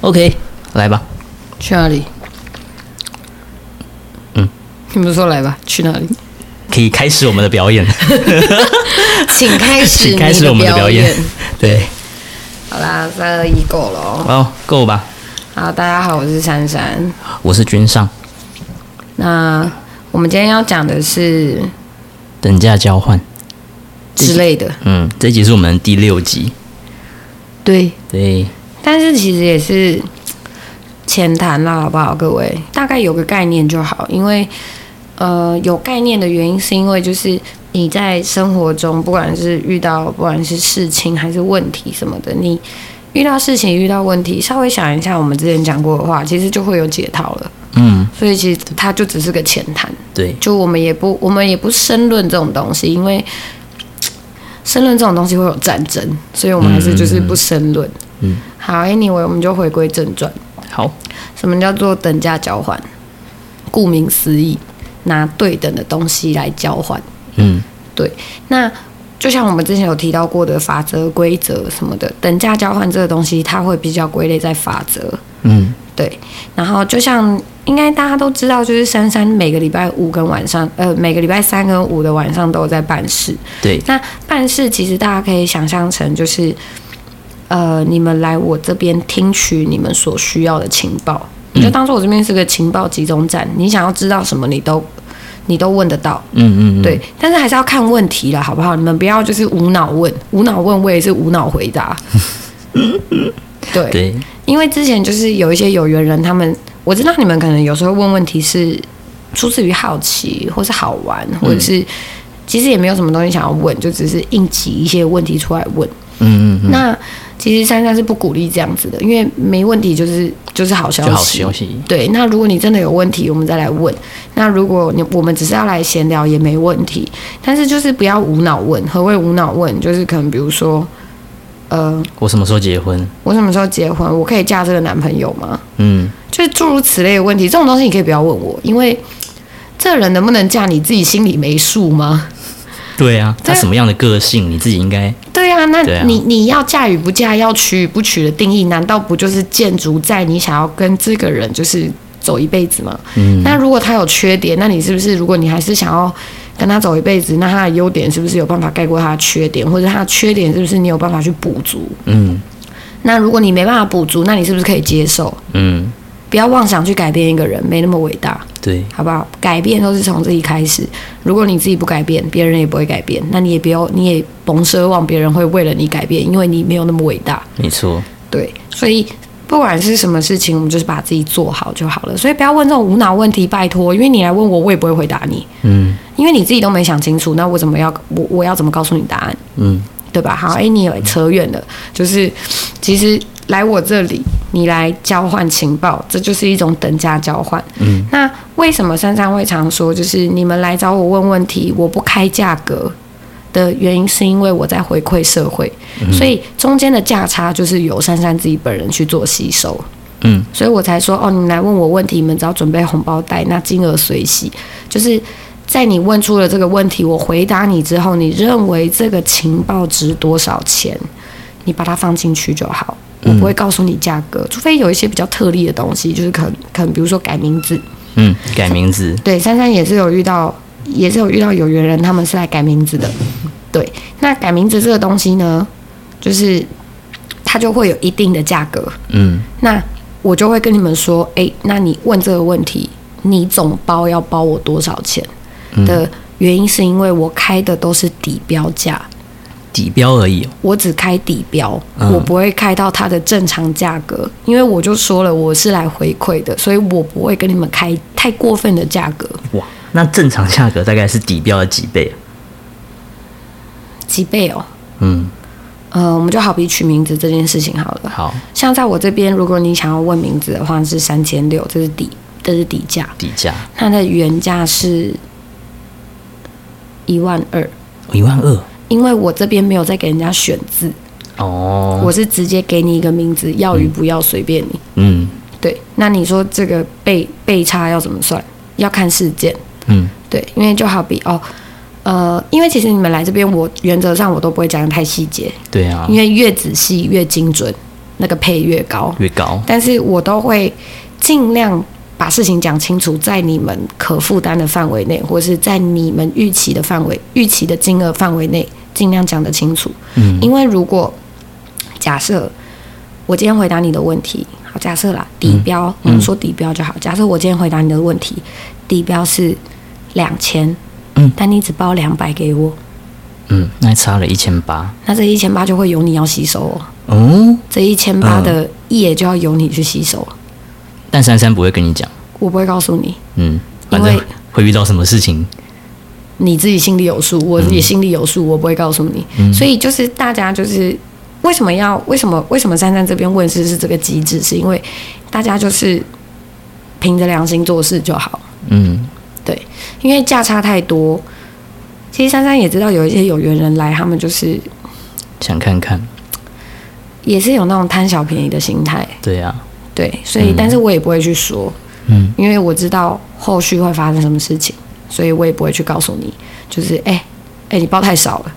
OK，来吧，去哪里？嗯，你不是说来吧？去哪里？可以开始我们的 表演，请开始， 请开始我们的表演。 对，好啦，三二一，够了哦。哦，够吧？好，大家好，我是珊珊。我是君上，那我们今天要讲的是等价交换。之类的，嗯，这集是我们第六集，对，对，但是其实也是浅谈啦，好不好，各位？大概有个概念就好，因为呃，有概念的原因是因为就是你在生活中，不管是遇到不管是事情还是问题什么的，你遇到事情遇到问题，稍微想一下我们之前讲过的话，其实就会有解套了。嗯，所以其实它就只是个浅谈。对，就我们也不我们也不申论这种东西，因为申论这种东西会有战争，所以我们还是就是不申论。嗯嗯嗯好，anyway，我们就回归正传。好，什么叫做等价交换？顾名思义，拿对等的东西来交换。嗯，那就像我们之前有提到过的法则、规则什么的，等价交换这个东西，它会比较归类在法则。嗯，对，然后就像应该大家都知道，就是珊珊每个礼拜五跟晚上，呃，每个礼拜三跟五的晚上都有在办事。对，那办事其实大家可以想象成就是，呃，你们来我这边听取你们所需要的情报，你就当做我这边是个情报集中站，你想要知道什么，你都你都问得到。嗯嗯嗯，对，但是还是要看问题啦，好不好？你们不要就是无脑问，无脑问我也是无脑回答。对，对，因为之前就是有一些有缘人，他们我知道你们可能有时候问问题是出自于好奇，或是好玩，或者嗯是其实也没有什么东西想要问，就只是硬挤一些问题出来问。嗯嗯嗯，那其实珊珊是不鼓励这样子的，因为没问题就是就是好消息。就好消息，对，那如果你真的有问题，我们再来问。那如果你我们只是要来闲聊也没问题，但是就是不要无脑问。何谓无脑问？就是可能比如说，呃，我什么时候结婚？我什么时候结婚？我可以嫁这个男朋友吗？嗯，就是诸如此类的问题，这种东西你可以不要问我，因为这人能不能嫁你自己心里没数吗？对啊，他对什么样的个性，你自己应该，对啊，那对啊你你要嫁与不嫁，要娶与不娶的定义，难道不就是建筑在你想要跟这个人就是走一辈子吗？嗯，那如果他有缺点，那你是不是如果你还是想要跟他走一辈子，那他的优点是不是有办法盖过他的缺点，或者他的缺点是不是你有办法去补足？嗯那如果你没办法补足，那你是不是可以接受？嗯，不要妄想去改变一个人，没那么伟大。对，好不好？改变都是从自己开始。如果你自己不改变，别人也不会改变。那你也不要，你也甭奢望别人会为了你改变，因为你没有那么伟大。没错，对，所以不管是什么事情，我们就是把自己做好就好了。所以不要问这种无脑问题，拜托，因为你来问我，我也不会回答你，嗯因为你自己都没想清楚，那我怎么要我我要怎么告诉你答案？嗯，对吧？好，哎、你有扯远了，就是其实来我这里，你来交换情报，这就是一种等价交换。嗯，那为什么珊珊会常说，就是你们来找我问问题，我不开价格的原因，是因为我在回馈社会，所以中间的价差就是由珊珊自己本人去做吸收。嗯，所以我才说哦，你们来问我问题，你们只要准备红包袋，那金额随喜，就是在你问出了这个问题，我回答你之后，你认为这个情报值多少钱，你把它放进去就好。我不会告诉你价格，除非有一些比较特例的东西，就是可能可能比如说改名字，嗯，改名字，对，珊珊也是有遇到，也是有遇到有缘人，他们是来改名字的。对，那改名字这个东西呢，就是它就会有一定的价格，嗯那我就会跟你们说，诶，那你问这个问题，你总包要包我多少钱嗯，的原因，是因为我开的都是底标价，底标而已哦，我只开底标，嗯我不会开到它的正常价格，因为我就说了我是来回馈的，所以我不会跟你们开太过分的价格，哇，那正常价格大概是底标的几倍啊？几倍哦。嗯，呃，我们就好比取名字这件事情好了。好，像在我这边，如果你想要问名字的话，是三千六，这是底，这是底价。底价它的原价是一万二，一万二因为我这边没有再给人家选字，哦，我是直接给你一个名字，要与不要随便你。嗯对，那你说这个被被差要怎么算？要看事件。嗯对，因为就好比哦，呃，因为其实你们来这边，我原则上我都不会讲得太细节，对啊因，为越仔细越精准，那个配越高。越高但是我都会尽量把事情讲清楚，在你们可负担的范围内，或是在你们预期的范围、预期的金额范围内，尽量讲得清楚。嗯因为如果假设我今天回答你的问题，好，假设啦，底标，嗯我们说底标就好。假设我今天回答你的问题，底标是两千，嗯但你只包两百给我，嗯，那差了一千八那这一千八就会由你要吸收哦，哦，这一千八嗯的也就要由你去吸收，哦但珊珊不会跟你讲，我不会告诉你。嗯，反正因为会遇到什么事情，你自己心里有数，我也心里有数，我不会告诉你。所以就是大家就是为什么要为什么为什么珊珊这边问世是这个机制，是因为大家就是凭着良心做事就好，嗯对，因为价差太多。其实珊珊也知道有一些有缘人来，他们就是想看看，也是有那种贪小便宜的心态，对啊，对，所以、但是我也不会去说，嗯因为我知道后续会发生什么事情，所以我也不会去告诉你，就是哎哎、你报太少了。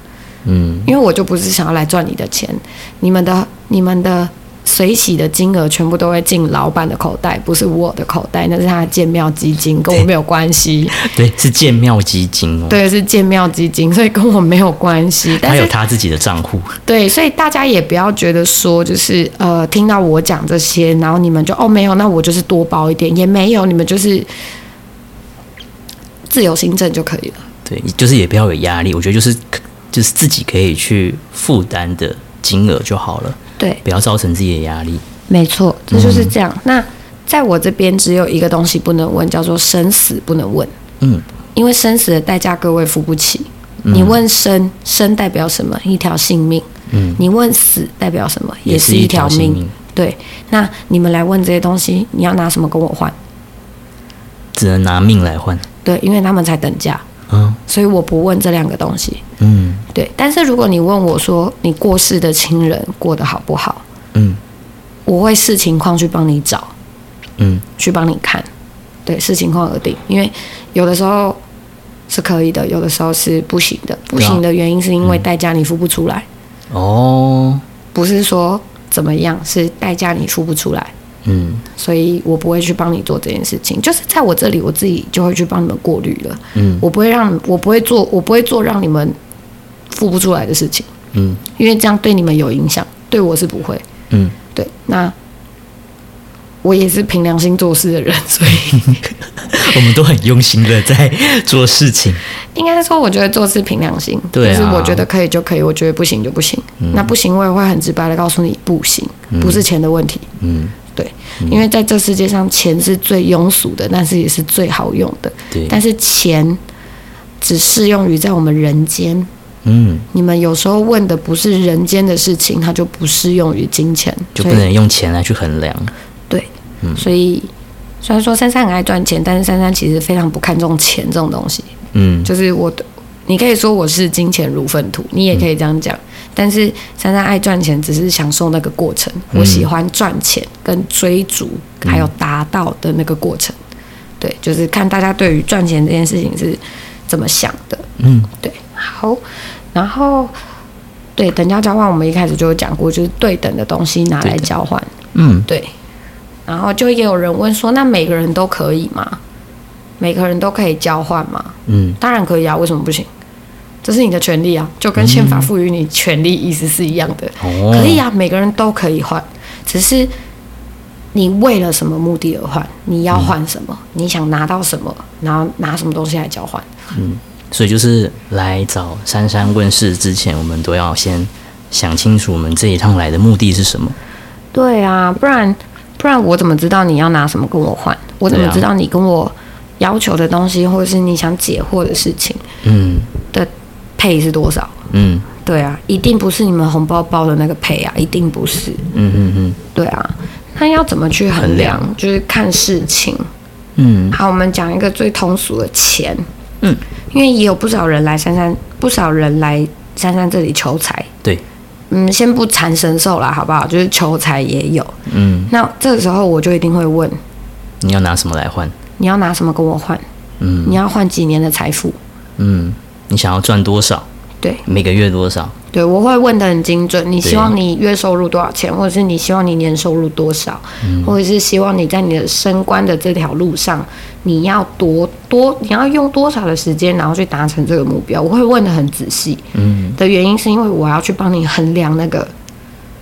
嗯因为我就不是想要来赚你的钱，你们的你们的水洗的金额全部都会进老板的口袋，不是我的口袋，那是他的建庙基金，跟我没有关系。对，是建庙基金哦，，对，是建庙基金，所以跟我没有关系。但他有是他自己的账户，对，所以大家也不要觉得说，就是呃，听到我讲这些，然后你们就哦没有，那我就是多包一点，也没有，你们就是自由行政就可以了。对，就是也不要有压力，我觉得就是就是自己可以去负担的金额就好了，对，不要造成自己的压力，没错，这嗯就是这样。那在我这边只有一个东西不能问，叫做生死不能问，嗯因为生死的代价各位付不起。你问生，生代表什么？一条性命。嗯，你问死代表什么？也是是一条条性命对，那你们来问这些东西，你要拿什么跟我换？只能拿命来换，对，因为他们才等价，嗯所以我不问这两个东西。嗯对，但是如果你问我说你过世的亲人过得好不好，嗯我会视情况去帮你找。嗯，去帮你看，对，视情况而定。因为有的时候是可以的，有的时候是不行的。不行的原因是因为代价你付不出来，哦，不是说怎么样，是代价你付不出来，嗯所以我不会去帮你做这件事情。就是在我这里，我自己就会去帮你们过滤了。嗯我不会让，我不会做，我不会做让你们付不出来的事情，嗯因为这样对你们有影响，对我是不会。嗯，对，那我也是凭良心做事的人，所以。我们都很用心的在做事情，应该说，我觉得做事凭良心，对啊嗯就是我觉得可以就可以，我觉得不行就不行。那不行，我也会很直白的告诉你不行，不是钱的问题。嗯，对，因为在这世界上，钱是最庸俗的，但是也是最好用的。对，但是钱只适用于在我们人间。嗯，你们有时候问的不是人间的事情，它就不适用于金钱，就所不以能用钱来去衡量，对，所以虽然说珊珊很爱赚钱，但是珊珊其实非常不看重钱这种东西。嗯，就是我，你可以说我是金钱如粪土，你也可以这样讲。但是珊珊爱赚钱，只是享受那个过程。我喜欢赚钱跟追逐，还有达到的那个过程。对，就是看大家对于赚钱这件事情是怎么想的。嗯，对，好，然后。对等价交换，我们一开始就有讲过，就是对等的东西拿来对的交换。嗯，对，然后就也有人问说，那每个人都可以吗？每个人都可以交换吗？嗯，当然可以啊，为什么不行？这是你的权利啊，就跟宪法赋予你权利意思是一样的，哦，可以，啊，每个人都可以换，只是你为了什么目的而换，你要换什么，你想拿到什么，然后拿什么东西来交换。所以就是来找珊珊问世之前，我们都要先想清楚我们这一趟来的目的是什么，对啊，不然不然我怎么知道你要拿什么跟我换？我怎么对啊知道你跟我要求的东西，或者是你想解惑的事情嗯的配是多少？嗯，对啊，一定不是你们红包包的那个赔啊，一定不是。嗯嗯嗯对啊，那要怎么去衡量？就是看事情。嗯，好，我们讲一个最通俗的钱。嗯，因为也有不少人来珊珊，不少人来珊珊这里求财。对，嗯，先不谈神兽啦，好不好？就是求财也有。嗯，那这个时候我就一定会问，你要拿什么来换？你要拿什么跟我换？嗯你要换几年的财富？嗯，你想要赚多少？对，每个月多少？对，我会问的很精准。你希对望你月收入多少钱，或者是你希望你年收入多少，或者是希望你在你的升官的这条路上，你要多多，你要用多少的时间，然后去达成这个目标。我会问的很仔细嗯，的原因，是因为我要去帮你衡量那个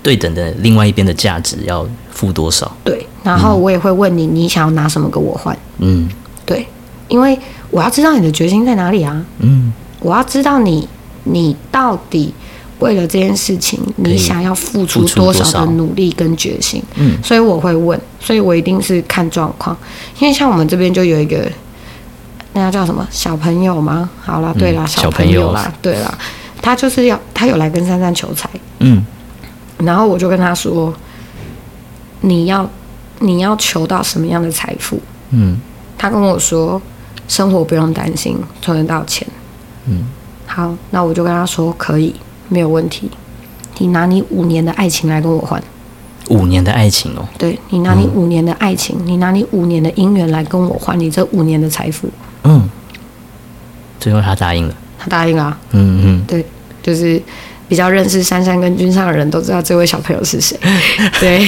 对等的另外一边的价值要付多少？对，然后我也会问你，你想要拿什么跟我换？嗯对，因为我要知道你的决心在哪里啊。嗯我要知道你，你到底为了这件事情，可以你想要付出付出多多少少的努力跟决心？嗯，所以我会问，所以我一定是看状况，因为像我们这边就有一个，那叫什么小朋友吗？好啦，对啦，嗯小小朋朋友友啦，对啦，他就是要他有来跟珊珊求财，嗯然后我就跟他说，你要你要求到什么样的财富？嗯他跟我说，生活不用担心，存得到钱。嗯，好，那我就跟他说可以，没有问题。你拿你五年的爱情来跟我换，五年的爱情哦，对你拿你五年的爱情，你拿你五年的姻缘来跟我换你这五年的财富。嗯，最后他答应了。他答应啊，嗯嗯，对，就是比较认识珊珊跟君上的人都知道这位小朋友是谁，对。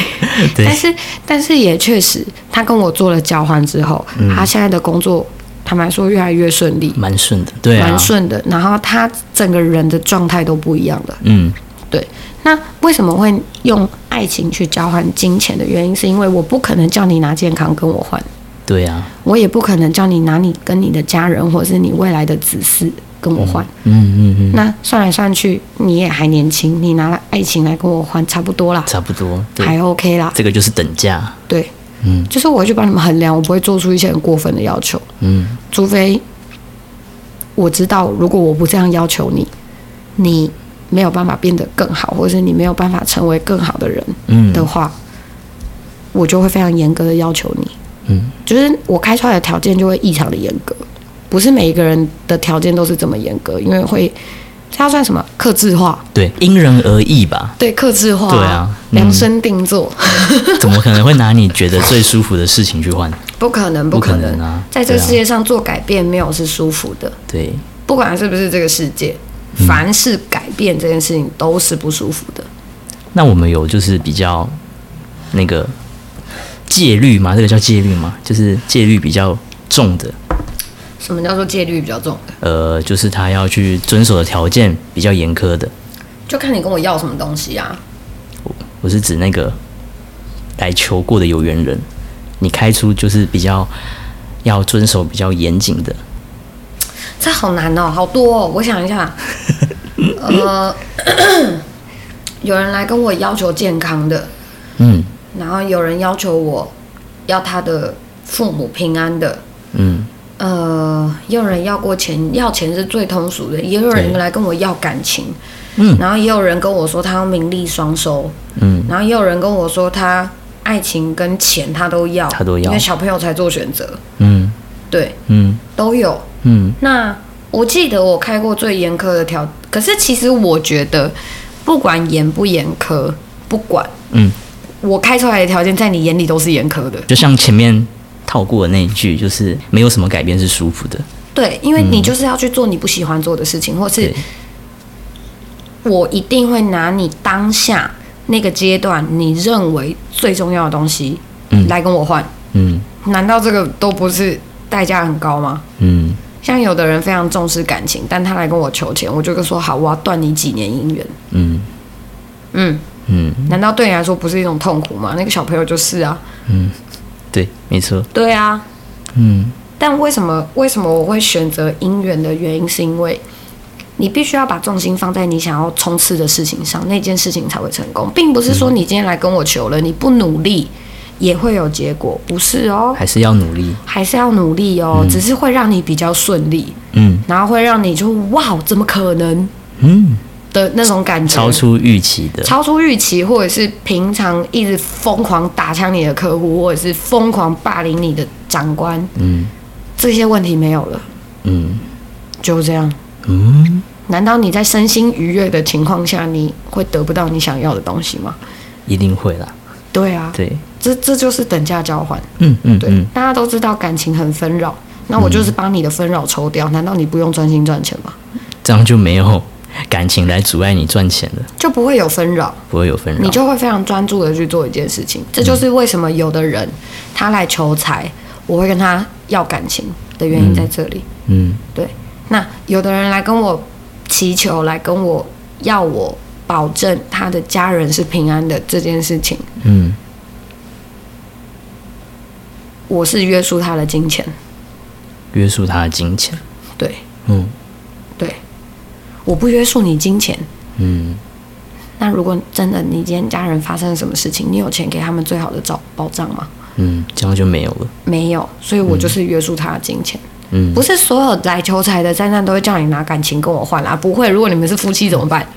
对但是但是也确实，他跟我做了交换之后，他现在的工作坦白说越来越顺利，蛮顺的，对啊，蛮顺的。然后他整个人的状态都不一样了。嗯对，那为什么会用爱情去交换金钱的原因，是因为我不可能叫你拿健康跟我换，，对啊，我也不可能叫你拿你跟你的家人或者是你未来的子嗣跟我换。嗯嗯嗯，那算来算去，你也还年轻，你拿爱情来跟我换，差不多啦，差不多，还对， OK 啦。这个就是等价，对，嗯就是我会去帮你们衡量，我不会做出一些很过分的要求，嗯除非我知道，如果我不这样要求你，你没有办法变得更好，或者是你没有办法成为更好的人，嗯的话，我就会非常严格的要求你，嗯就是我开出来的条件就会异常的严格，不是每一个人的条件都是这么严格，因为会这要算什么克制化，对，因人而异吧，对克制化，对啊嗯量身定做， 怎么可能会拿你觉得最舒服的事情去换？不可能，不可可能能啊在这对啊世界上做改变没有是舒服的，对，不管是不是这个世界，嗯凡是改变这件事情都是不舒服的。那我们有就是比较那个戒律吗？这个叫戒律吗？就是戒律比较重的，什么叫做戒律比较重？呃，就是他要去遵守的条件比较严苛的，就看你跟我要什么东西啊。我是指那个来求过的有缘人，你开出就是比较要遵守比较严谨的，这好难哦，好多哦，我想一 下，呃， 有人来跟我要求健康的，嗯然后有人要求我要他的父母平安的，嗯。呃，也有人要过钱，要钱是最通俗的，也有人对来跟我要感情，嗯然后也有人跟我说他要名利双收，嗯然后也有人跟我说他爱情跟钱他都要，他都要因为小朋友才做选择，嗯对，嗯都有，嗯那我记得我开过最严苛的条，可是其实我觉得，不管严不严苛，不管嗯，我开出来的条件，在你眼里都是严苛的。就像前面套过的那一句，就是没有什么改变是舒服的。对，因为你就是要去做你不喜欢做的事情，或是对，我一定会拿你当下那个阶段你认为最重要的东西嗯来跟我换。嗯难道这个都不是代价很高吗？嗯像有的人非常重视感情，但他来跟我求钱，我就跟说好，我要断你几年姻缘。嗯嗯，嗯，难道对你来说不是一种痛苦吗？那个小朋友就是啊，对，没错。对啊。嗯但为什么为什么我会选择姻缘的原因，是因为你必须要把重心放在你想要冲刺的事情上，那件事情才会成功，并不是说你今天来跟我求了，你不努力也会有结果，不是哦，还是要努力。还是要努力哦，只是会让你比较顺利，嗯然后会让你就哇，怎么可能？嗯的那种感觉，超出预期的，超出预期，或者是平常一直疯狂打枪你的客户，或者是疯狂霸凌你的长官，嗯这些问题没有了，嗯就这样。嗯，难道你在身心愉悦的情况下，你会得不到你想要的东西吗？一定会啦，对啊，对，这这就是等价交换。嗯嗯对，嗯，大家都知道感情很纷扰，那我就是把你的纷扰抽掉，难道你不用专心赚钱吗？这样就没有感情来阻碍你赚钱了，就不会有纷扰，不会有纷扰，你就会非常专注的去做一件事情。这就是为什么有的人他来求财，我会跟他要感情的原因在这里。嗯对，那有的人来跟我祈求，来跟我要我保证他的家人是平安的这件事情，嗯我是约束他的金钱。约束他的金钱，对嗯对，我不约束你金钱。嗯那如果真的你今天家人发生了什么事情，你有钱给他们最好的保保障吗？嗯，这样就没有了，没有，所以我就是约束他的金钱。嗯不是所有来求财的灾难都会叫你拿感情跟我换啦，不会。如果你们是夫妻怎么办？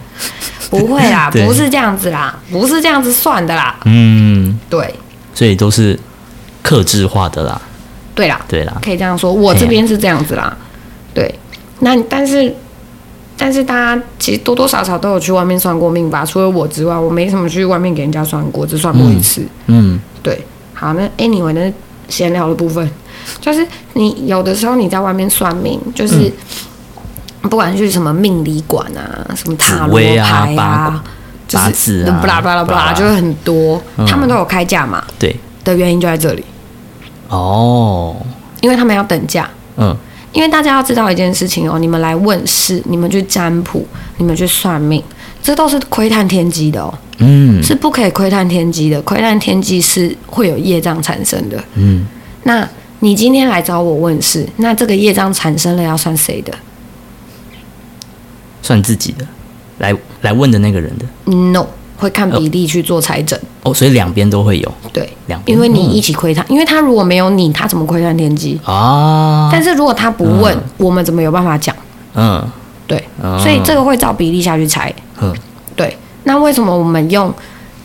不会啦，对不是这样子啦，不是这样子算的啦。嗯，对，所以都是克制化的啦，对啦，对啦，可以这样说，我这边是这样子啦。对，那但是但是大家其实多多少少都有去外面算过命吧，除了我之外，我没什么去外面给人家算过，只算过一次。嗯对，好，那 anyway 那是闲聊的部分，就是你有的时候你在外面算命，嗯就是、不管去什么命理馆啊，什么塔紫罗牌微啊就八是字啊巴拉巴拉巴巴拉拉，就是很多，嗯他们都有开价嘛，对，的原因就在这里，哦，因为他们要等价。嗯因为大家要知道一件事情哦，你们来问事，你们去占卜，你们去算命，这都是窥探天机的哦，嗯是不可以窥探天机的。窥探天机是会有业障产生的。嗯那你今天来找我问事，那这个业障产生了要算谁的算自己的，来来问的那个人的， ？No，会看比例去做裁整。哦，所以两边都会有对，两边因为你嗯一起窥探，因为他如果没有你，他怎么窥探天机？啊，但是如果他不问嗯，我们怎么有办法讲？嗯对，哦所以这个会照比例下去裁。嗯对，那为什么我们用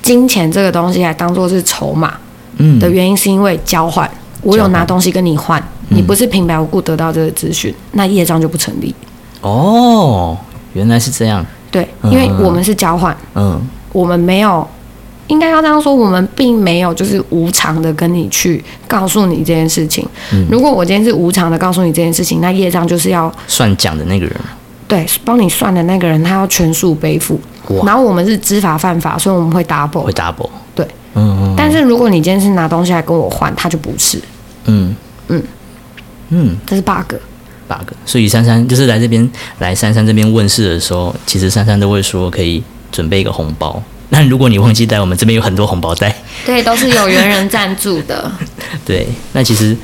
金钱这个东西来当做是筹码嗯的原因，是因为交换，我有拿东西跟你换，你不是平白无故得到这个资讯，嗯那业障就不成立。哦，原来是这样，对，嗯因为我们是交换，嗯我们没有，应该要这样说，我们并没有就是无偿的跟你去告诉你这件事情。嗯如果我今天是无偿的告诉你这件事情，那业障就是要算奖的那个人，对帮你算的那个人，他要全数背负。哇然后我们是知法犯法，所以我们会 double 会 double，对。嗯嗯但是如果你今天是拿东西来跟我换，他就不是，嗯嗯嗯这是 bug。 bug，所以珊珊就是来这边来珊珊这边问世的时候，其实珊珊都会说可以准备一个红包。 那如果你忘记带，我们这边有很多红包袋。对，都是有缘人赞助的。对，那其实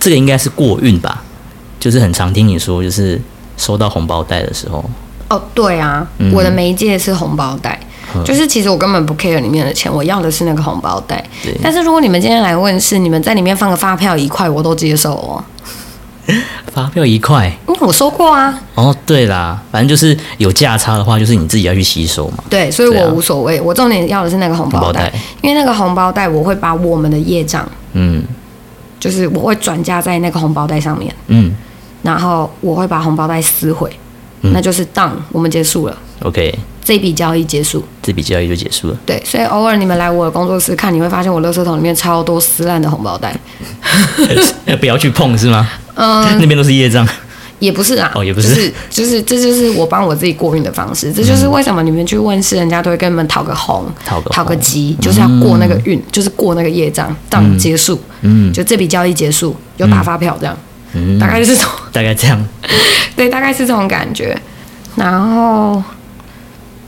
这个应该是过运吧，就是很常听你说，就是收到红包袋的时候，哦，对啊，嗯我的媒介是红包袋。就是其实我根本不 care 里面的钱，我要的是那个红包袋对。但是如果你们今天来问是你们在里面放个发票一块，我都接受哦，发票一块。因为我收过啊，哦，对啦，反正就是有价差的话，就是你自己要去吸收嘛。对，所以对啊我无所谓。我重点要的是那个红包红包袋袋，因为那个红包袋我会把我们的业障，嗯就是我会转嫁在那个红包袋上面，嗯然后我会把红包袋撕毁，嗯那就是 done，我们结束了， ，OK，这笔交易结束。这笔交易就结束了。对，所以偶尔你们来我的工作室看，你会发现我垃圾桶里面超多撕烂的红包袋。 不要去碰是吗？嗯， 那边都是业障。也不是啦，哦也不是就是就是这就是我帮我自己过运的方式，这就是为什么你们去问世，人家都会跟你们讨个红，讨个红讨个吉，就是要过那个运，就是过那个业障，当结束，嗯，就这笔交易结束，有打发票这样，嗯大概是这种， 大概这样。对，大概是这种感觉。然后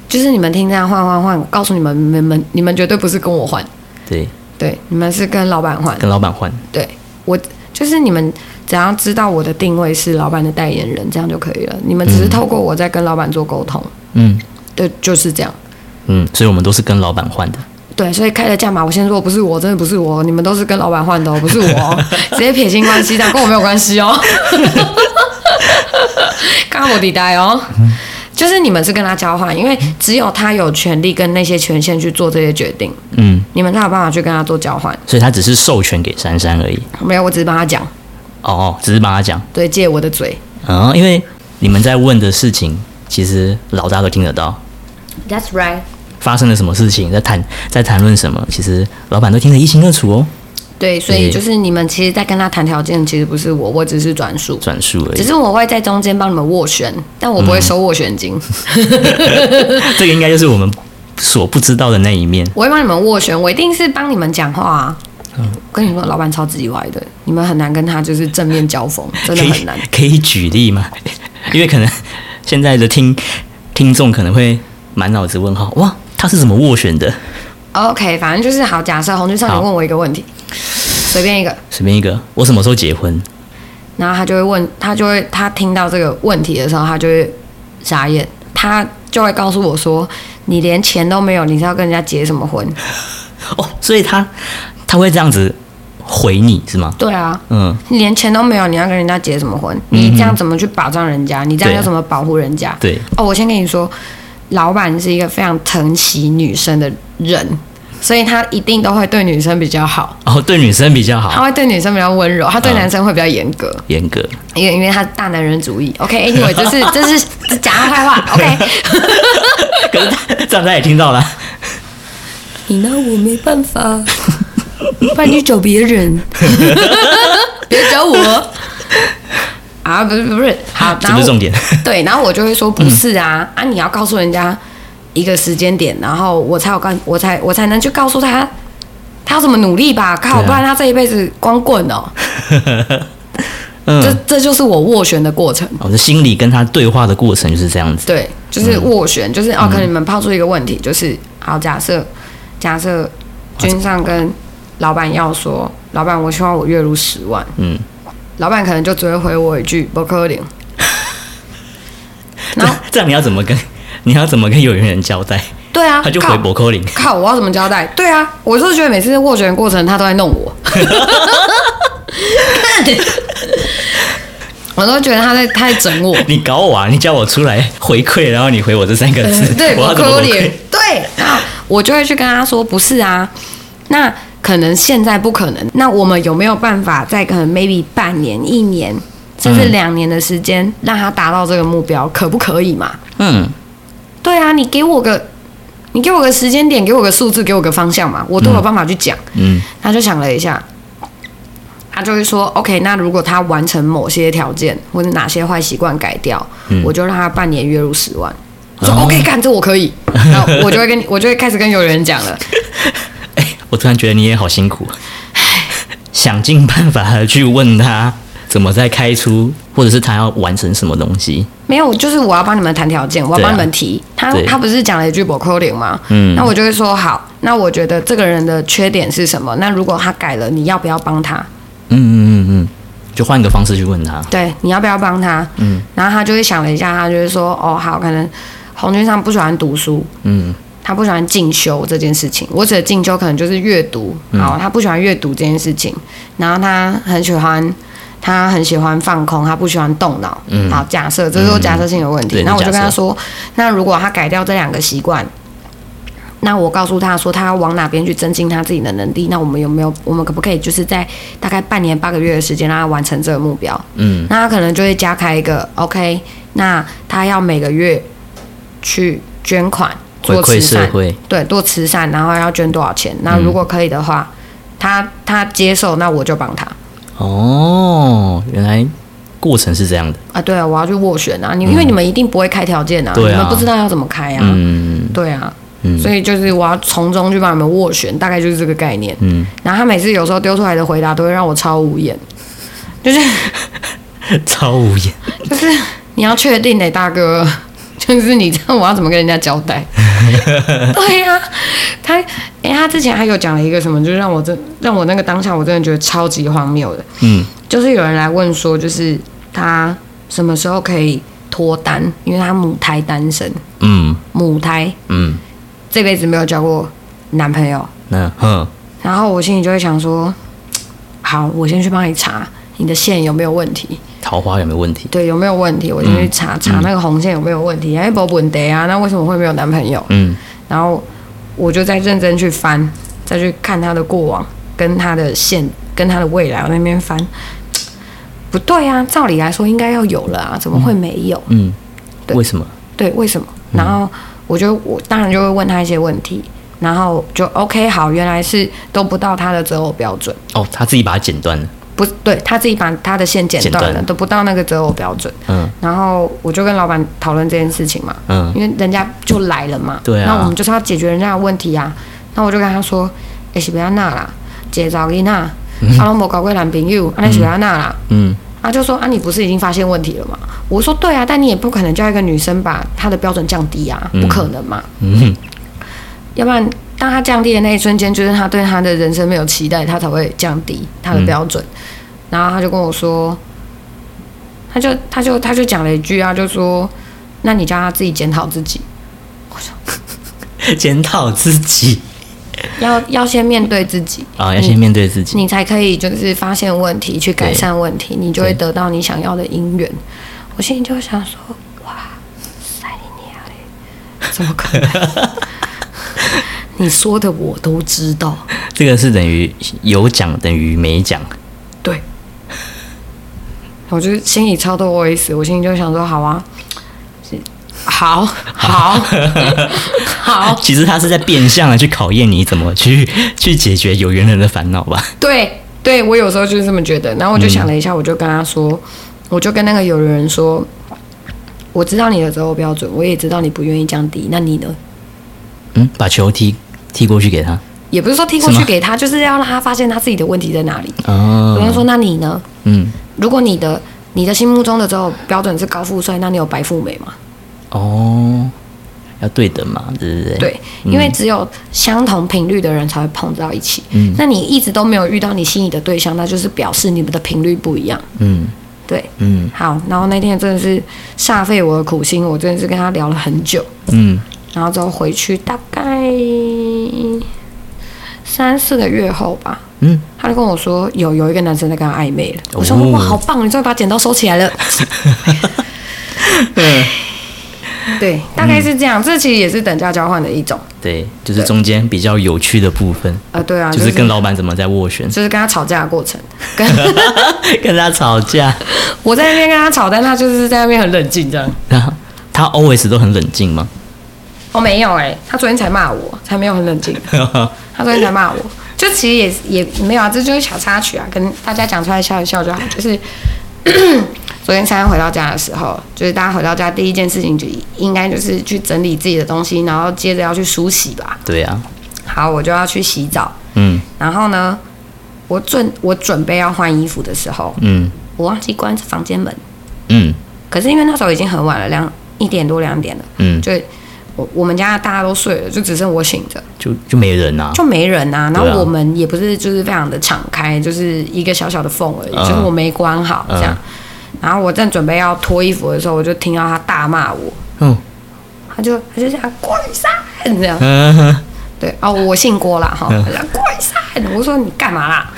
就是你们听这样换换换，我告诉你们，你们你们绝对不是跟我换，对，对，你们是跟老板换，跟老板换。对我就是你们只要知道我的定位是老板的代言人，这样就可以了。你们只是透过我在跟老板做沟通，嗯对，就是这样。嗯，所以我们都是跟老板换的。对，所以开的价码，我先说不是我，真的不是我，你们都是跟老板换的、哦，不是我、哦，直接撇清关系，这样跟我没有关系哦。刚好我抵呆哦，就是你们是跟他交换，因为只有他有权利跟那些权限去做这些决定，嗯，你们才有办法去跟他做交换。所以他只是授权给珊珊而已。没有，我只是帮他讲，哦，只是帮他讲。对，借我的嘴。嗯，因为你们在问的事情，其实老大都听得到。 That's right。发生了什么事情，在谈在谈论什么，其实老板都听得一清二楚哦。对，所对以就是你们其实，在跟他谈条件，其实不是我，我只是转述，转述而只已，是我会在中间帮你们斡旋，但我不会收斡旋金，这个应该就是我们所不知道的那一面。我会帮你们斡旋，我一定是帮你们讲话啊。跟你说，老板超级歪的，你们很难跟他就是正面交锋，真的可以很难。可以举例吗？ 因为可能现在的听听众可能会满脑子问号，哇，他是怎么斡旋的？ OK，反正就是好。假设红军少好年问我一个问题，随便一个，随便一个，我什么时候结婚？然后他就会问，他就会他听到这个问题的时候，他就会傻眼，他就会告诉我说：“你连钱都没有，你是要跟人家结什么婚哦，所以他他会这样子回你是吗？”？对啊，嗯，你连钱都没有，你要跟人家结什么婚？嗯你这样怎么去保障人家？你这样对要怎么保护人家？嗯对，哦，我先跟你说，老板是一个非常疼惜女生的人，所以他一定都会对女生比较好，哦，对女生比较他好，会对女生比较温柔，他对嗯男生会比较严格。严格。因为因为他大男人主义。OK，Anyway，、这是 这是这讲他坏话。OK， 可是他这样他也听到了，你拿我没办法，不然你找别人， 别找我。啊，不是不是，好，这然不后是重点。对，然后我就会说不是啊，嗯啊，你要告诉人家一个时间点，然后我才有告，我才我才能去告诉他，他要怎么努力吧，靠，对啊不然他这一辈子光棍哦。这 嗯，这就是我斡旋的过程。我的哦心里跟他对话的过程就是这样子。对，就是嗯斡旋，就是哦，可能你们抛出一个问题，就是好，假设假设君上跟老板要说，老板，我希望我月入十万，嗯，老板可能就只会回我一句不可 能。然后这这样你要怎么跟你要怎么跟有缘人交代？对啊，他就靠回博扣零。靠，我要怎么交代？对啊，我就是觉得每次斡旋过程他都在弄我， 我都觉得他在他在 整我。你搞我啊！你叫我出来回馈，然后你回我这三个字， 对，我要怎么可回怜馈？，对，那我就会去跟他说，不是啊，那可能现在不可能，那我们有没有办法在可能 maybe 半年、一年，甚至嗯两年的时间，让他达到这个目标，可不可以嘛？嗯，对啊，你给我个，你给我个时间点，给我个数字，给我个方向嘛，我都有办法去讲。嗯，他就想了一下，他就会说：“OK，那如果他完成某些条件或者哪些坏习惯改掉，嗯我就让他半年月入十万。”我说、哦 OK，干这我可以，然后我就会跟 我就会开始跟有人讲了，哎我突然觉得你也好辛苦，啊想尽办法的去问他怎么在开出，或者是他要完成什么东西。没有，就是我要帮你们谈条件，我要帮你们提。他啊对他不是讲了一句 b o c o l i n 吗？嗯那我就会说好，那我觉得这个人的缺点是什么？那如果他改了，你要不要帮他？嗯嗯嗯嗯，就换个方式去问他。对，你要不要帮他？嗯然后他就会想了一下，他就会说：哦，好，可能红军上不喜欢读书，嗯他不喜欢进修这件事情。我指的进修可能就是阅读，嗯好、他不喜欢阅读这件事情，然后他很喜欢。他很喜欢放空，他不喜欢动脑。嗯好，假设这是我假设性的问题对，那、我就假跟设他说，那如果他改掉这两个习惯，那我告诉他说他要往哪边去增进他自己的能力，那我们有没有，我们可不可以就是在大概半年八个月的时间让他完成这个目标？嗯，那他可能就会加开一个 OK，那他要每个月去捐款回做馈慈社善，会。对，做慈善，然后要捐多少钱？那如果可以的话，他他接受，那我就帮他哦，原来过程是这样的。啊。对啊，我要去斡旋啊，你因为你们一定不会开条件啊，嗯对啊你们不知道要怎么开啊，嗯对啊。嗯所以就是我要从中去帮你们斡旋，大概就是这个概念。嗯，然后他每次有时候丢出来的回答都会让我超无言，就是超无言。就是你要确定嘞、大哥， 就是你这样，我要怎么跟人家交代？ 对呀、他哎、诶他之前还有讲了一个什么，就是让我真让我那个当下我真的觉得超级荒谬的，嗯就是有人来问说，就是他什么时候可以脱单，因为他母胎单身，嗯母胎嗯，这辈子没有交过男朋友，那哼然后我心里就会想说，好，我先去帮你查，你的线有没有问题？桃花有没有问题？对，有没有问题？我就嗯去查、查那个红线有没有问题。哎、不本得啊，那为什么会没有男朋友？嗯，然后我就再认真去翻，再去看他的过往，跟他的现，跟他的未来，我在那边翻。不对啊，照理来说应该要有了啊，怎么会没有？嗯，对为什么？对，为什么？然后我就我当然就会问他一些问题，然后就 OK 好，原来是都不到他的择偶标准，哦，他自己把它剪断了。不对他自己把他的线剪断剪了，断都不到那个择偶标准。嗯然后我就跟老板讨论这件事情嘛，嗯因为人家就来了嘛，对啊那我们就是要解决人家的问题啊。那我就跟他说，哎、是不要那啦，姐找你那，阿龙某搞过男朋友，啊，那是不要那啦。嗯，啊，就说啊，你不是已经发现问题了吗？我说对啊，但你也不可能叫一个女生把她的标准降低啊，不可能嘛。嗯，要不然，当她降低的那一瞬间，就是她对她的人生没有期待，她才会降低她的标准。然后她就跟我说，她就她就她就讲了一句啊，就说，那你叫她自己检讨自己，检讨自己要要先面对自己，啊，要先面对自己。你才可以就是发现问题，去改善问题，你就会得到你想要的姻缘。我心里就想说，哇，塞你娘嘞，怎么可能？ 你说的我都知道，这个是等于有奖等于没奖。对。我就是心里超多 OS，我心里就想说，好啊，是好好好，其实他是在变相的去考验你怎么去去解决有缘人的烦恼吧。对对，我有时候就是这么觉得。然后我就想了一下，我就跟他说，我就跟那个有人说，我知道你的择偶标准，我也知道你不愿意降低，那你呢？嗯，把球踢踢过去给他。也不是说踢过什去么给他，就是要让他发现他自己的问题在哪里。我就哦，说，那你呢？嗯，如果你的你的心目中的择偶标准是高富帅，那你有白富美吗？哦，要对等嘛，对不对？对，嗯因为只有相同频率的人才会碰到一起。嗯那你一直都没有遇到你心仪的对象，那就是表示你们的频率不一样。嗯对，嗯好，然后那天真的是煞费我的苦心，我真的是跟他聊了很久，嗯，然后之后回去大概三四个月后吧，嗯，他就跟我说有有一个男生在跟他暧昧了，我说、哦哇好棒，你终于把剪刀收起 来了，对，大概嗯是这样，这其实也是等价交换的一种，对，就是中间比较有趣的部分，呃，对啊，就就是跟老板怎么在斡旋，就是跟他吵架的过程， 跟跟他吵架，我在那边跟他吵，但他就是在那边很冷静这样。然后他 always 都很冷静吗？哦，没有哎、他昨天才骂我，才没有很冷 静。他昨天才骂我，就其实也也没有啊，这就是小插曲啊，跟大家讲出来笑一笑就好。就是 昨天珊珊回到家的时候，就是大家回到家第一件事情就应该就是去整理自己的东西，然后接着要去梳洗吧。对啊，好，我就要去洗澡，嗯然后呢，我准我准备要换衣服的时候，嗯我忘记关房间门，嗯可是因为那时候已经很晚了，两一点多两点了，嗯，就我我们家大家都睡了，就只剩我醒着。就就没人啊，就没人啊。然对啊后我们也不是就是非常的敞开，就是一个小小的缝而已，嗯就是我没关好这样。然后我正准备要脱衣服的时候，我就听到他大骂我，嗯他就他就这样怪三这样，嗯哼，对哦，我姓郭啦哈，他讲怪三，我说你干嘛啦？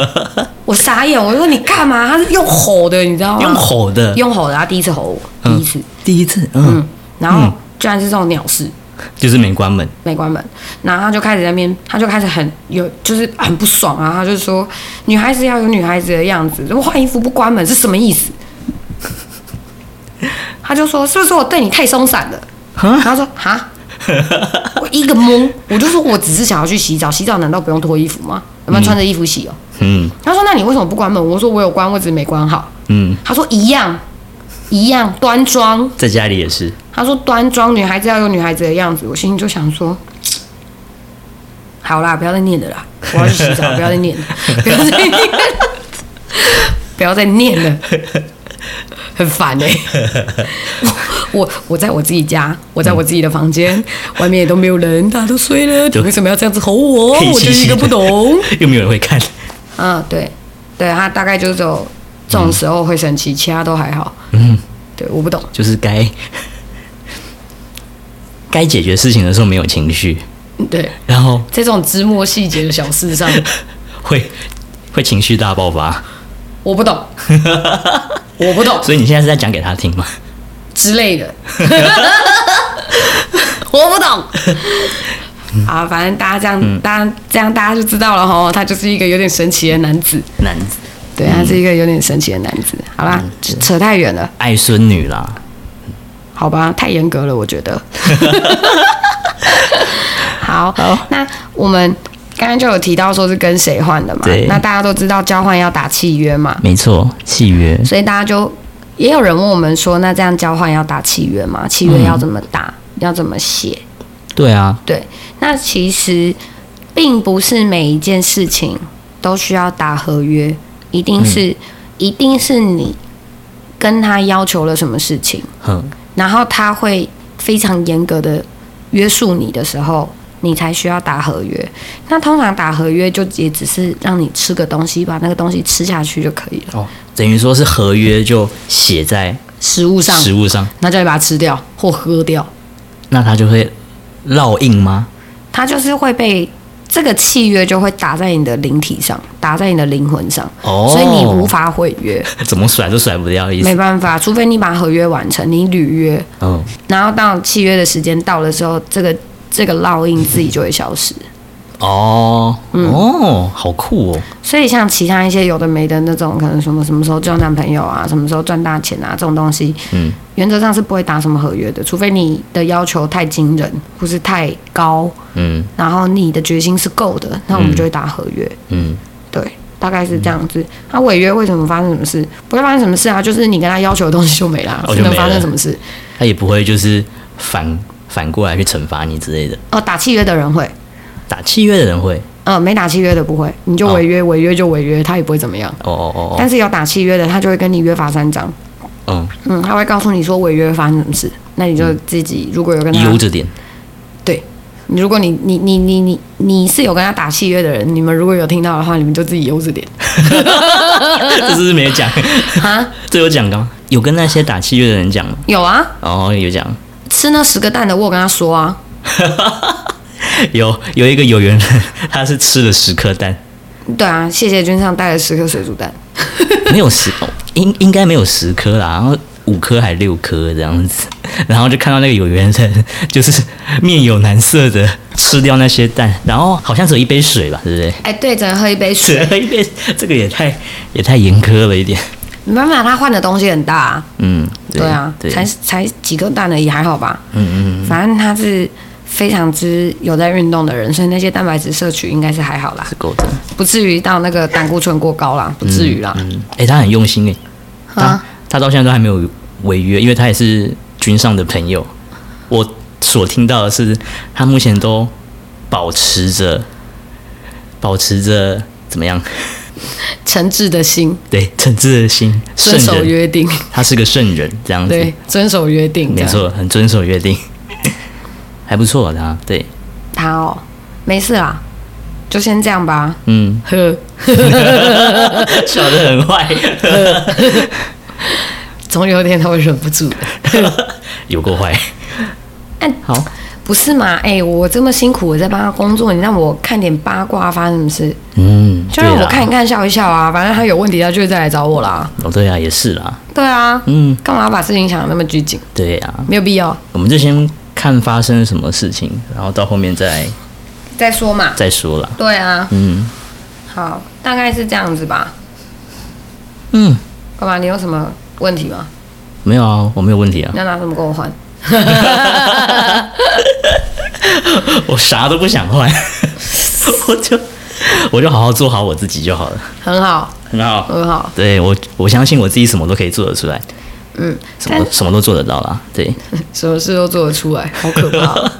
我傻眼，我说你干嘛？他是用吼的，你知道吗？用吼的，用吼的，他第一次吼我，第一次，第一次，嗯，嗯，然后嗯居然是这种鸟事。就是没关门，没关门，然后他就开始在那边，他就开始很有，就是很不爽啊，他就说女孩子要有女孩子的样子，怎么换衣服不关门是什么意思？ 他就说是不是我对你太松散了？然后说哈，我一个懵，我就说我只是想要去洗澡，洗澡难道不用脱衣服吗？有没有穿着衣服洗哦？嗯他说那你为什么不关门？我说我有关，我只是没关好。嗯，他说一样，一样端庄。在家里也是，他说端庄女孩子要有女孩子的样子，我心里就想说，好啦，不要再念了啦，我要去洗澡，不要再念了， 不要再念了，不要再念了，很烦哎、 我我我在我自己家，我在我自己的房间，外面也都没有人，大家都睡了，你为什么要这样子吼我？可以我就细是一细个地 不懂。，又没有人会看，嗯，对，对他大概就是只有这种时候会生气，其他都还好。嗯，对，我不懂。就是该该解决事情的时候没有情绪，对，然后 这种枝末细节的小事上，会会情绪大爆发，我不懂， 我不懂所以你现在是在讲给他听吗？之类 的，我不懂。嗯好，反正大家这样，大家这样大家就知道了吼，他就是一个有点神奇的男子，男子对，他是一个有点神奇的男子。好嗯啦，扯太远了，爱孙女啦，好吧，太严格了，我觉 得。好，那我们刚刚就有提到说是跟谁换的嘛对，那大家都知道交换要打契约嘛，没错，契约所以大家就也有人问我们说，那这样交换要打契约吗？契约要怎么打？要怎么写？对啊，对，那其实并不是每一件事情都需要打合约，一定是、一定是你跟他要求了什么事情，哼，然后他会非常严格的约束你的时候。你才需要打合约。那通常打合约就也只是让你吃个东西，把那个东西吃下去就可以了。哦，等于说是合约就写在食物上，食物上，那就会把它吃掉或喝掉，那他就会烙印吗？它就是会被这个契约就会打在你的灵体上，打在你的灵魂上，哦所以你无法毁约，怎么甩都甩不掉的意没思。办法，除非你把合约完成，你履约，嗯，然后到契约的时间到了之后，这个这个烙印自己就会消失。哦，嗯哦，好酷哦，所以像其他一些有的没的那种，可能什么什么时候交男朋友啊，什么时候赚大钱啊这种东西，嗯，原则上是不会打什么合约的，除非你的要求太惊人，或是太高，嗯然后你的决心是够的，那我们就会打合约。嗯，对，大概是这样子。他、违约为什么发生什么事？不会发生什么事啊，就是你跟他要求的东西就没啦，哦就是没能了发生什么事？他也不会就是反反过来去惩罚你之类的。哦，打契约的人会，打契约的人会，呃，没打契约的不会，你就哦违约，违约就违约，他也不会怎么样。哦哦哦但是有打契约的，他就会跟你约法三章，哦，嗯，他会告诉你说违约发生什么事，那你就自己如果有跟嗯，他悠着点，你如果你你你你你你是有跟他打契约的人，你们如果有听到的话，你们就自己悠着点这是不是没有讲，啊。 这有讲的吗？有跟那些打契约的人讲吗？有啊，哦，有讲，吃那十个蛋的，我有跟他说啊，有有一个有缘人， 他是吃了十颗蛋，对啊，谢谢君上带了十颗水煮蛋，没有十，哦、应应该没有十颗啦，然后五颗还六颗这样子， 然后就看到那个有缘人就是面有难色的吃掉那些蛋，然后好像只有一杯水吧，对不 对？哎、对，只能喝一杯只水，喝一杯，这个也太也太严苛了一点，没办法，他换的东西很大、啊，嗯，对啊，对，才才几个蛋而已，还好吧，嗯嗯嗯，反正他是非常之有在运动的人，所以那些蛋白质摄取应该是还好啦是，够的，不至于到那个胆固醇过高啦，不至于啦，嗯，哎、他很用心哎、他啊，他到现在都还没有违约，因为他也是军上的朋友。我所听到的是，他目前都保持着保持着怎么样？诚挚的心，对，诚挚的心，遵守圣人，约定，他是个圣人，这样子，对，遵守约定，没错，很遵守约定，还不错、他对，这样，他哦，没事啦，就先这样吧， 嗯，呵，笑得很坏， 总有一天他会忍不住 的。有够坏。哎好，不是嘛？哎、我这么辛苦，我在帮他工作，你让我看点八卦发生什么事，嗯，就让对我啦看一。看笑一笑啊。反正他有问题，他就会再来找我啦。哦，对啊，也是啦，对啊，嗯，干嘛把事情想的那么拘谨？对啊，没有必要，我们就先看发生什么事情，然后到后面再再说嘛。再说啦。对啊，嗯好，大概是这样子吧。嗯，干嘛？你有什么问题吗？没有啊，我没有问题啊你，要拿什么跟我换？ 我啥都不想换， 我就我就好好做好我自己就好了，很好，很好。很好。对我，我相信我自己什么都可以做得出来，嗯，什么什么都做得到啦。对，什么事都做得出 来，好可怕哦。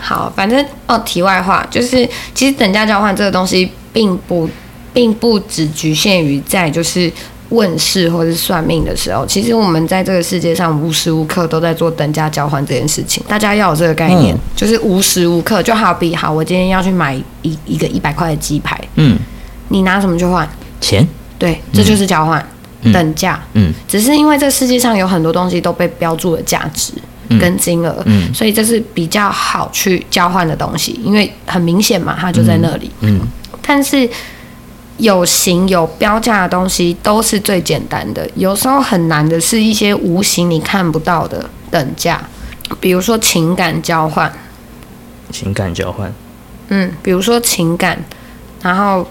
好，反正哦，题外话就是，其实等价交换这个东西，并不，并不只局限于在就是问世或是算命的时候。其实我们在这个世界上无时无刻都在做等价交换这件事情，大家要有这个概念，嗯就是无时无刻。就好比好，我今天要去买一一个一百块的鸡排，嗯，你拿什么去换？钱，对，这就是交换、嗯等价。嗯只是因为这世界上有很多东西都被标注了价值跟金额，嗯所以这是比较好去交换的东西，因为很明显嘛，它就在那里。嗯但是有形有标价的东西都是最简单的，有时候很难的是一些无形你看不到的等价，比如说情感交换，情感交换，嗯，比如说情感，然后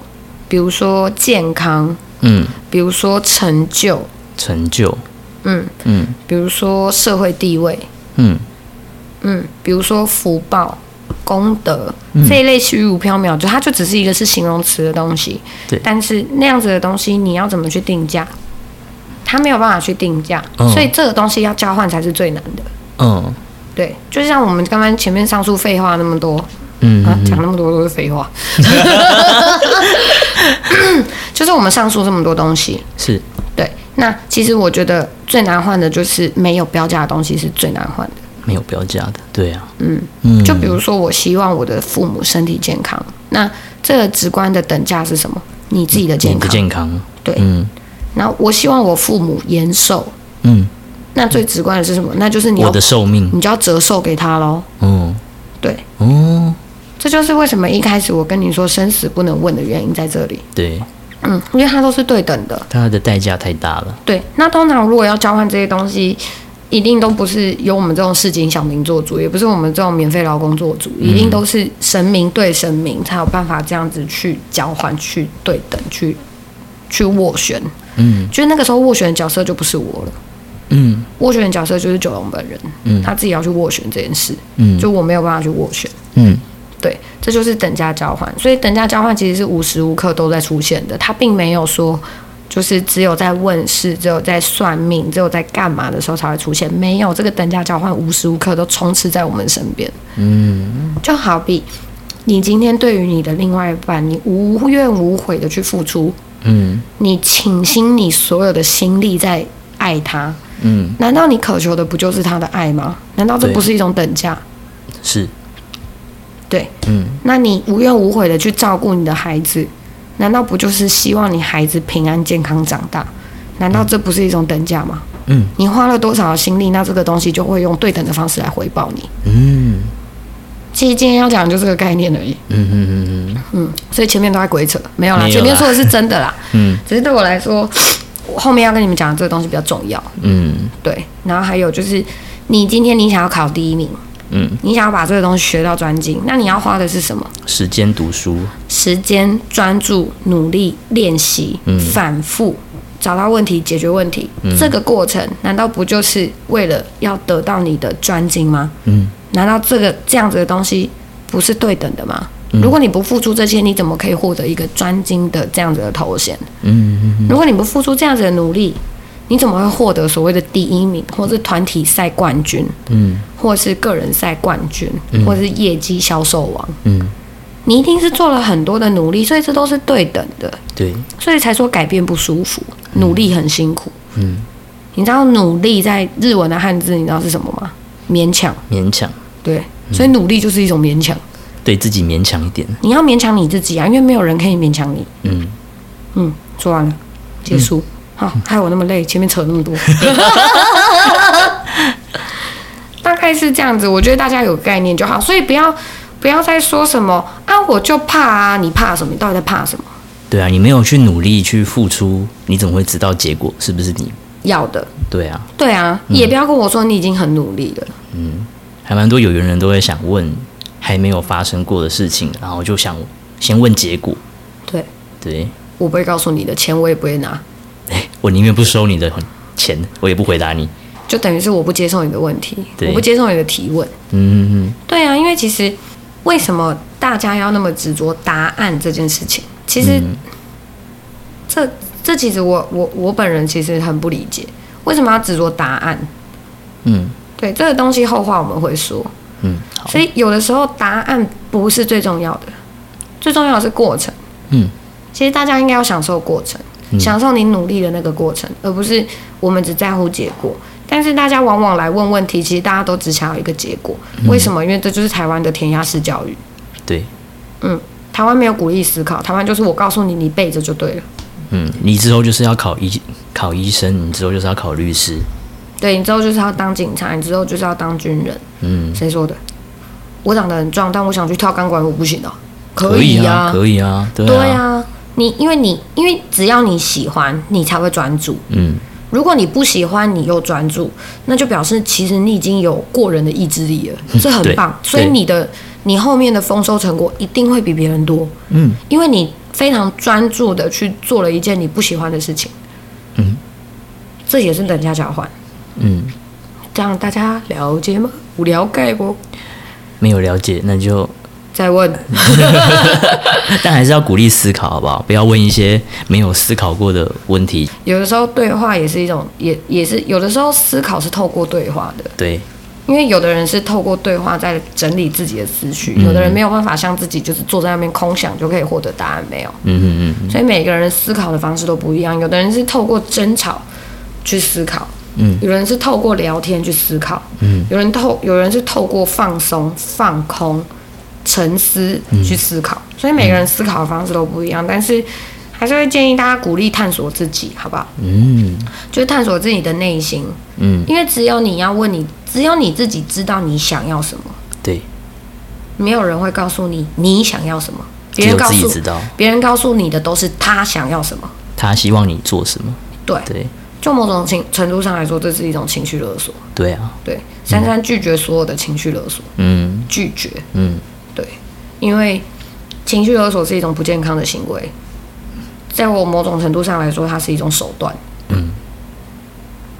比如说健康，嗯，比如说成就，成就，嗯嗯比如说社会地位，嗯，嗯，比如说福报、功德、嗯这一类虚无缥缈，就它就只是一个是形容词的东西。对但是那样子的东西，你要怎么去定价？它没有办法去定价，嗯所以这个东西要交换才是最难的。嗯对，就像我们刚刚前面上述废话那么多，嗯啊，讲那么多都是 废话，就是我们上述这么多东西，是，对，那其实我觉得最难换的就是没有标价的东西是最难换的。没有标价的，对啊，嗯嗯，就比如说，我希望我的父母身体健康，那这个直观的等价是什么？你自己的健嗯你的康。健康，对嗯然后我希望我父母延寿，嗯，那最直观的是什么？那就是你我要的寿命，你就要折寿给他喽。嗯对，哦，这就是为什么一开始我跟你说生死不能问的原因在这里。对，嗯，因为它都是对等的。它的代价太大了，对，那通常如果要交换这些东西，一定都不是由我们这种市井小民做主，也不是我们这种免费劳工做主，一嗯定都是神明对神明才有办法这样子去交换、去对等、去去斡旋。嗯就是那个时候斡旋的角色就不是我了，嗯斡旋的角色就是九龙本人，他自己要去斡旋这件事，嗯就我没有办法去斡旋。嗯对，这就是等价交换。所以等价交换其实是无时无刻都在出现的，它并没有说就是只有在问世、只有在算命、只有在干嘛的时候才会出现，没有这个等价交换无时无刻都充斥在我们身边。嗯，就好比你今天对于你的另外一半，你无怨无悔的去付出，嗯你倾心你所有的心力在爱他，嗯，难道你渴求的不就是他的爱吗？难道这对不是一种等价？是，对，嗯那你无怨无悔的去照顾你的孩子，难道不就是希望你孩子平安健康长大？难道这不是一种等价吗？嗯，你花了多少的心力，那这个东西就会用对等的方式来回报你。嗯其实今天要讲的就这个概念而已，嗯嗯嗯嗯，所以前面都在鬼扯，没有啦，没有啦前面说的是真的啦， 嗯只是对我来说，我后面要跟你们讲的这个东西比较重要，嗯对。然后还有就是，你今天你想要考第一名，嗯，你想要把这个东西学到专精，那你要花的是什么？时间读书，时间、专注、努力、练习、嗯反复找到问题、解决问题，这个过程难道不就是为了要得到你的专精吗？嗯难道这个这样子的东西不是对等的吗？嗯如果你不付出这些，你怎么可以获得一个专精的这样子的头衔？嗯嗯如果你不付出这样子的努力，你怎么会获得所谓的第一名，或是团体赛冠军，嗯或是个人赛冠军，或是业绩销售王？嗯，你一定是做了很多的努力，所以这都是对等的，对，所以才说改变不舒服，努力很辛苦。嗯，你知道努力在日文的汉字你知道是什么吗？勉强。勉强对，所以努力就是一种勉强。对自己勉强一点，你要勉强你自己啊，因为没有人可以勉强你。嗯，嗯，说完了，结束。好，害我那么累，前面扯那么多。 大概是这样子，我觉得大家有概念就好，所以不要不要再说什么啊，我就怕啊，你怕什么？你到底在怕什么？对啊，你没有去努力去付出，你怎么会知道结果是不是你？要的。对啊，对啊，也不要跟我说你已经很努力了。还蛮多有缘人都会想问还没有发生过的事情，然后就想先问结果，对，对，我不会告诉你的，钱我也不会拿，我宁愿不收你的钱，我也不回答你。就等于是我不接受你的问题，对我不接受你的提问。嗯嗯对啊，因为其实为什么大家要那么执着答案这件事情？其实、嗯这这其实我我我本人其实很不理解，为什么要执着答案？嗯对这个东西后话我们会说，嗯，好，所以有的时候答案不是最重要的，最重要的是过程。嗯其实大家应该要享受过程，享受你努力的那个过程，而不是我们只在乎结果。但是大家往往来问问题，其实大家都只想要一个结果。嗯为什么？因为这就是台湾的填鸭式教育。对，台湾没有鼓励思考，台湾就是我告诉你，你背着就对了。嗯，你之后就是要考医考医生，你之后就是要考律师。对你之后就是要当警察，你之后就是要当军人。嗯，谁说的？我长得很壮，但我想去跳钢管舞不行哦、可以以啊，可以啊，对啊，对啊，你因为你因为只要你喜欢，你才会专注。嗯，如果你不喜欢，你又专注，那就表示其实你已经有过人的意志力了，这很棒。嗯对所以你的你后面的丰收成果一定会比别人多。嗯，因为你非常专注的去做了一件你不喜欢的事情。嗯，这也是等价交换。嗯，这样大家了解吗？无聊盖不？没有了解，那就再问，嗯但还是要鼓励思考，好不好？不要问一些没有思考过的问题。有的时候对话也是一种，也也是有的时候思考是透过对话的。对，因为有的人是透过对话在整理自己的思绪，嗯有的人没有办法像自己就是坐在那边空想就可以获得答案，没有。嗯嗯嗯所以每个人思考的方式都不一样，有的人是透过争吵去思考，嗯，有人是透过聊天去思考，嗯，有人透有人是透过放松、放空、沉思嗯去思考，所以每个人思考的方式都不一样，但是还是会建议大家鼓励探索自己，好不好？嗯就是探索自己的内心，嗯，因为只有你要问你，只有你自己知道你想要什么，对，没有人会告诉你你想要什么，别只有人告自己诉知道别人告诉你的都是他想要什么，他希望你做什么。对。对就某种情程度上来说，这是一种情绪勒索。对啊，对，珊珊拒绝所有的情绪勒索，嗯拒绝。嗯，对，因为情绪勒索是一种不健康的行为，在我某种程度上来说，它是一种手段。嗯，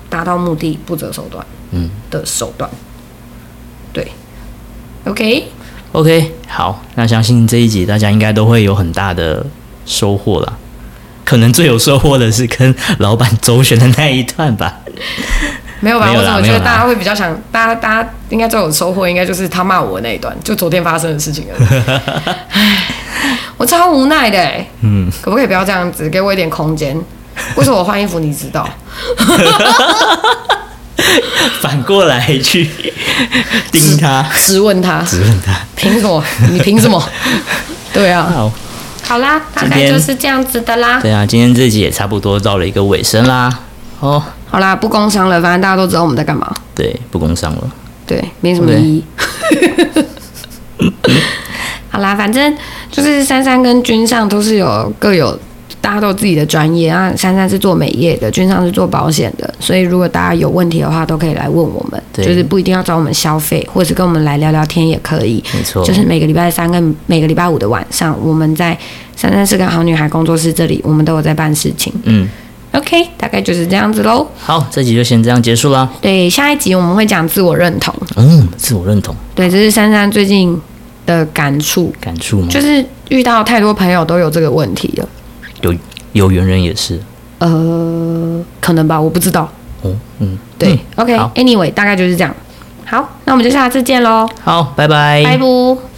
达到目的不择手段。嗯，的手段。对，OK， OK，好，那相信这一集大家应该都会有很大的收获啦。可能最有收获的是跟老板周旋的那一段吧。没有吧？没有我啦怎么没觉有得啦大家会比较想，大家大家应该最有收获，应该就是他骂我那一段，就昨天发生的事情了。唉， 我超无奈的、欸，嗯，可不可以不要这样子，给我一点空间？为什么我换衣服你知道？反过来 去盯他，质问他，质问他。凭什么？你 凭什么？对啊，好，好啦，大今概天就是这样子的啦。对啊，今天这集也差不多到了一个尾声啦。哦，好啦，不工伤了，反正大家都知道我们在干嘛，对，不工伤了。对，没什么意 义。好啦，反正就是珊珊跟君上都是有各有，大家都有自己的专业啊。珊珊是做美业的，君上是做保险的，所以如果大家有问题的话，都可以来问我们，就对是不一定要找我们消费，或者是跟我们来聊聊天也可以。没错就是每个礼拜三跟每个礼拜五的晚上，我们在珊珊是跟好女孩工作室这里，我们都有在办事情。嗯， OK，大概就是这样子喽。好，这集就先这样结束啦。对，下一集我们会讲自我认同。嗯，自我认同对，这是珊珊最近的感触，感触吗？就是遇到太多朋友都有这个问题了。有有缘人也是。呃，可能吧，我不知道。哦，嗯，对、嗯好 o k a n y w a y 大概就是这样。好，那我们就下次见喽，好，拜拜拜。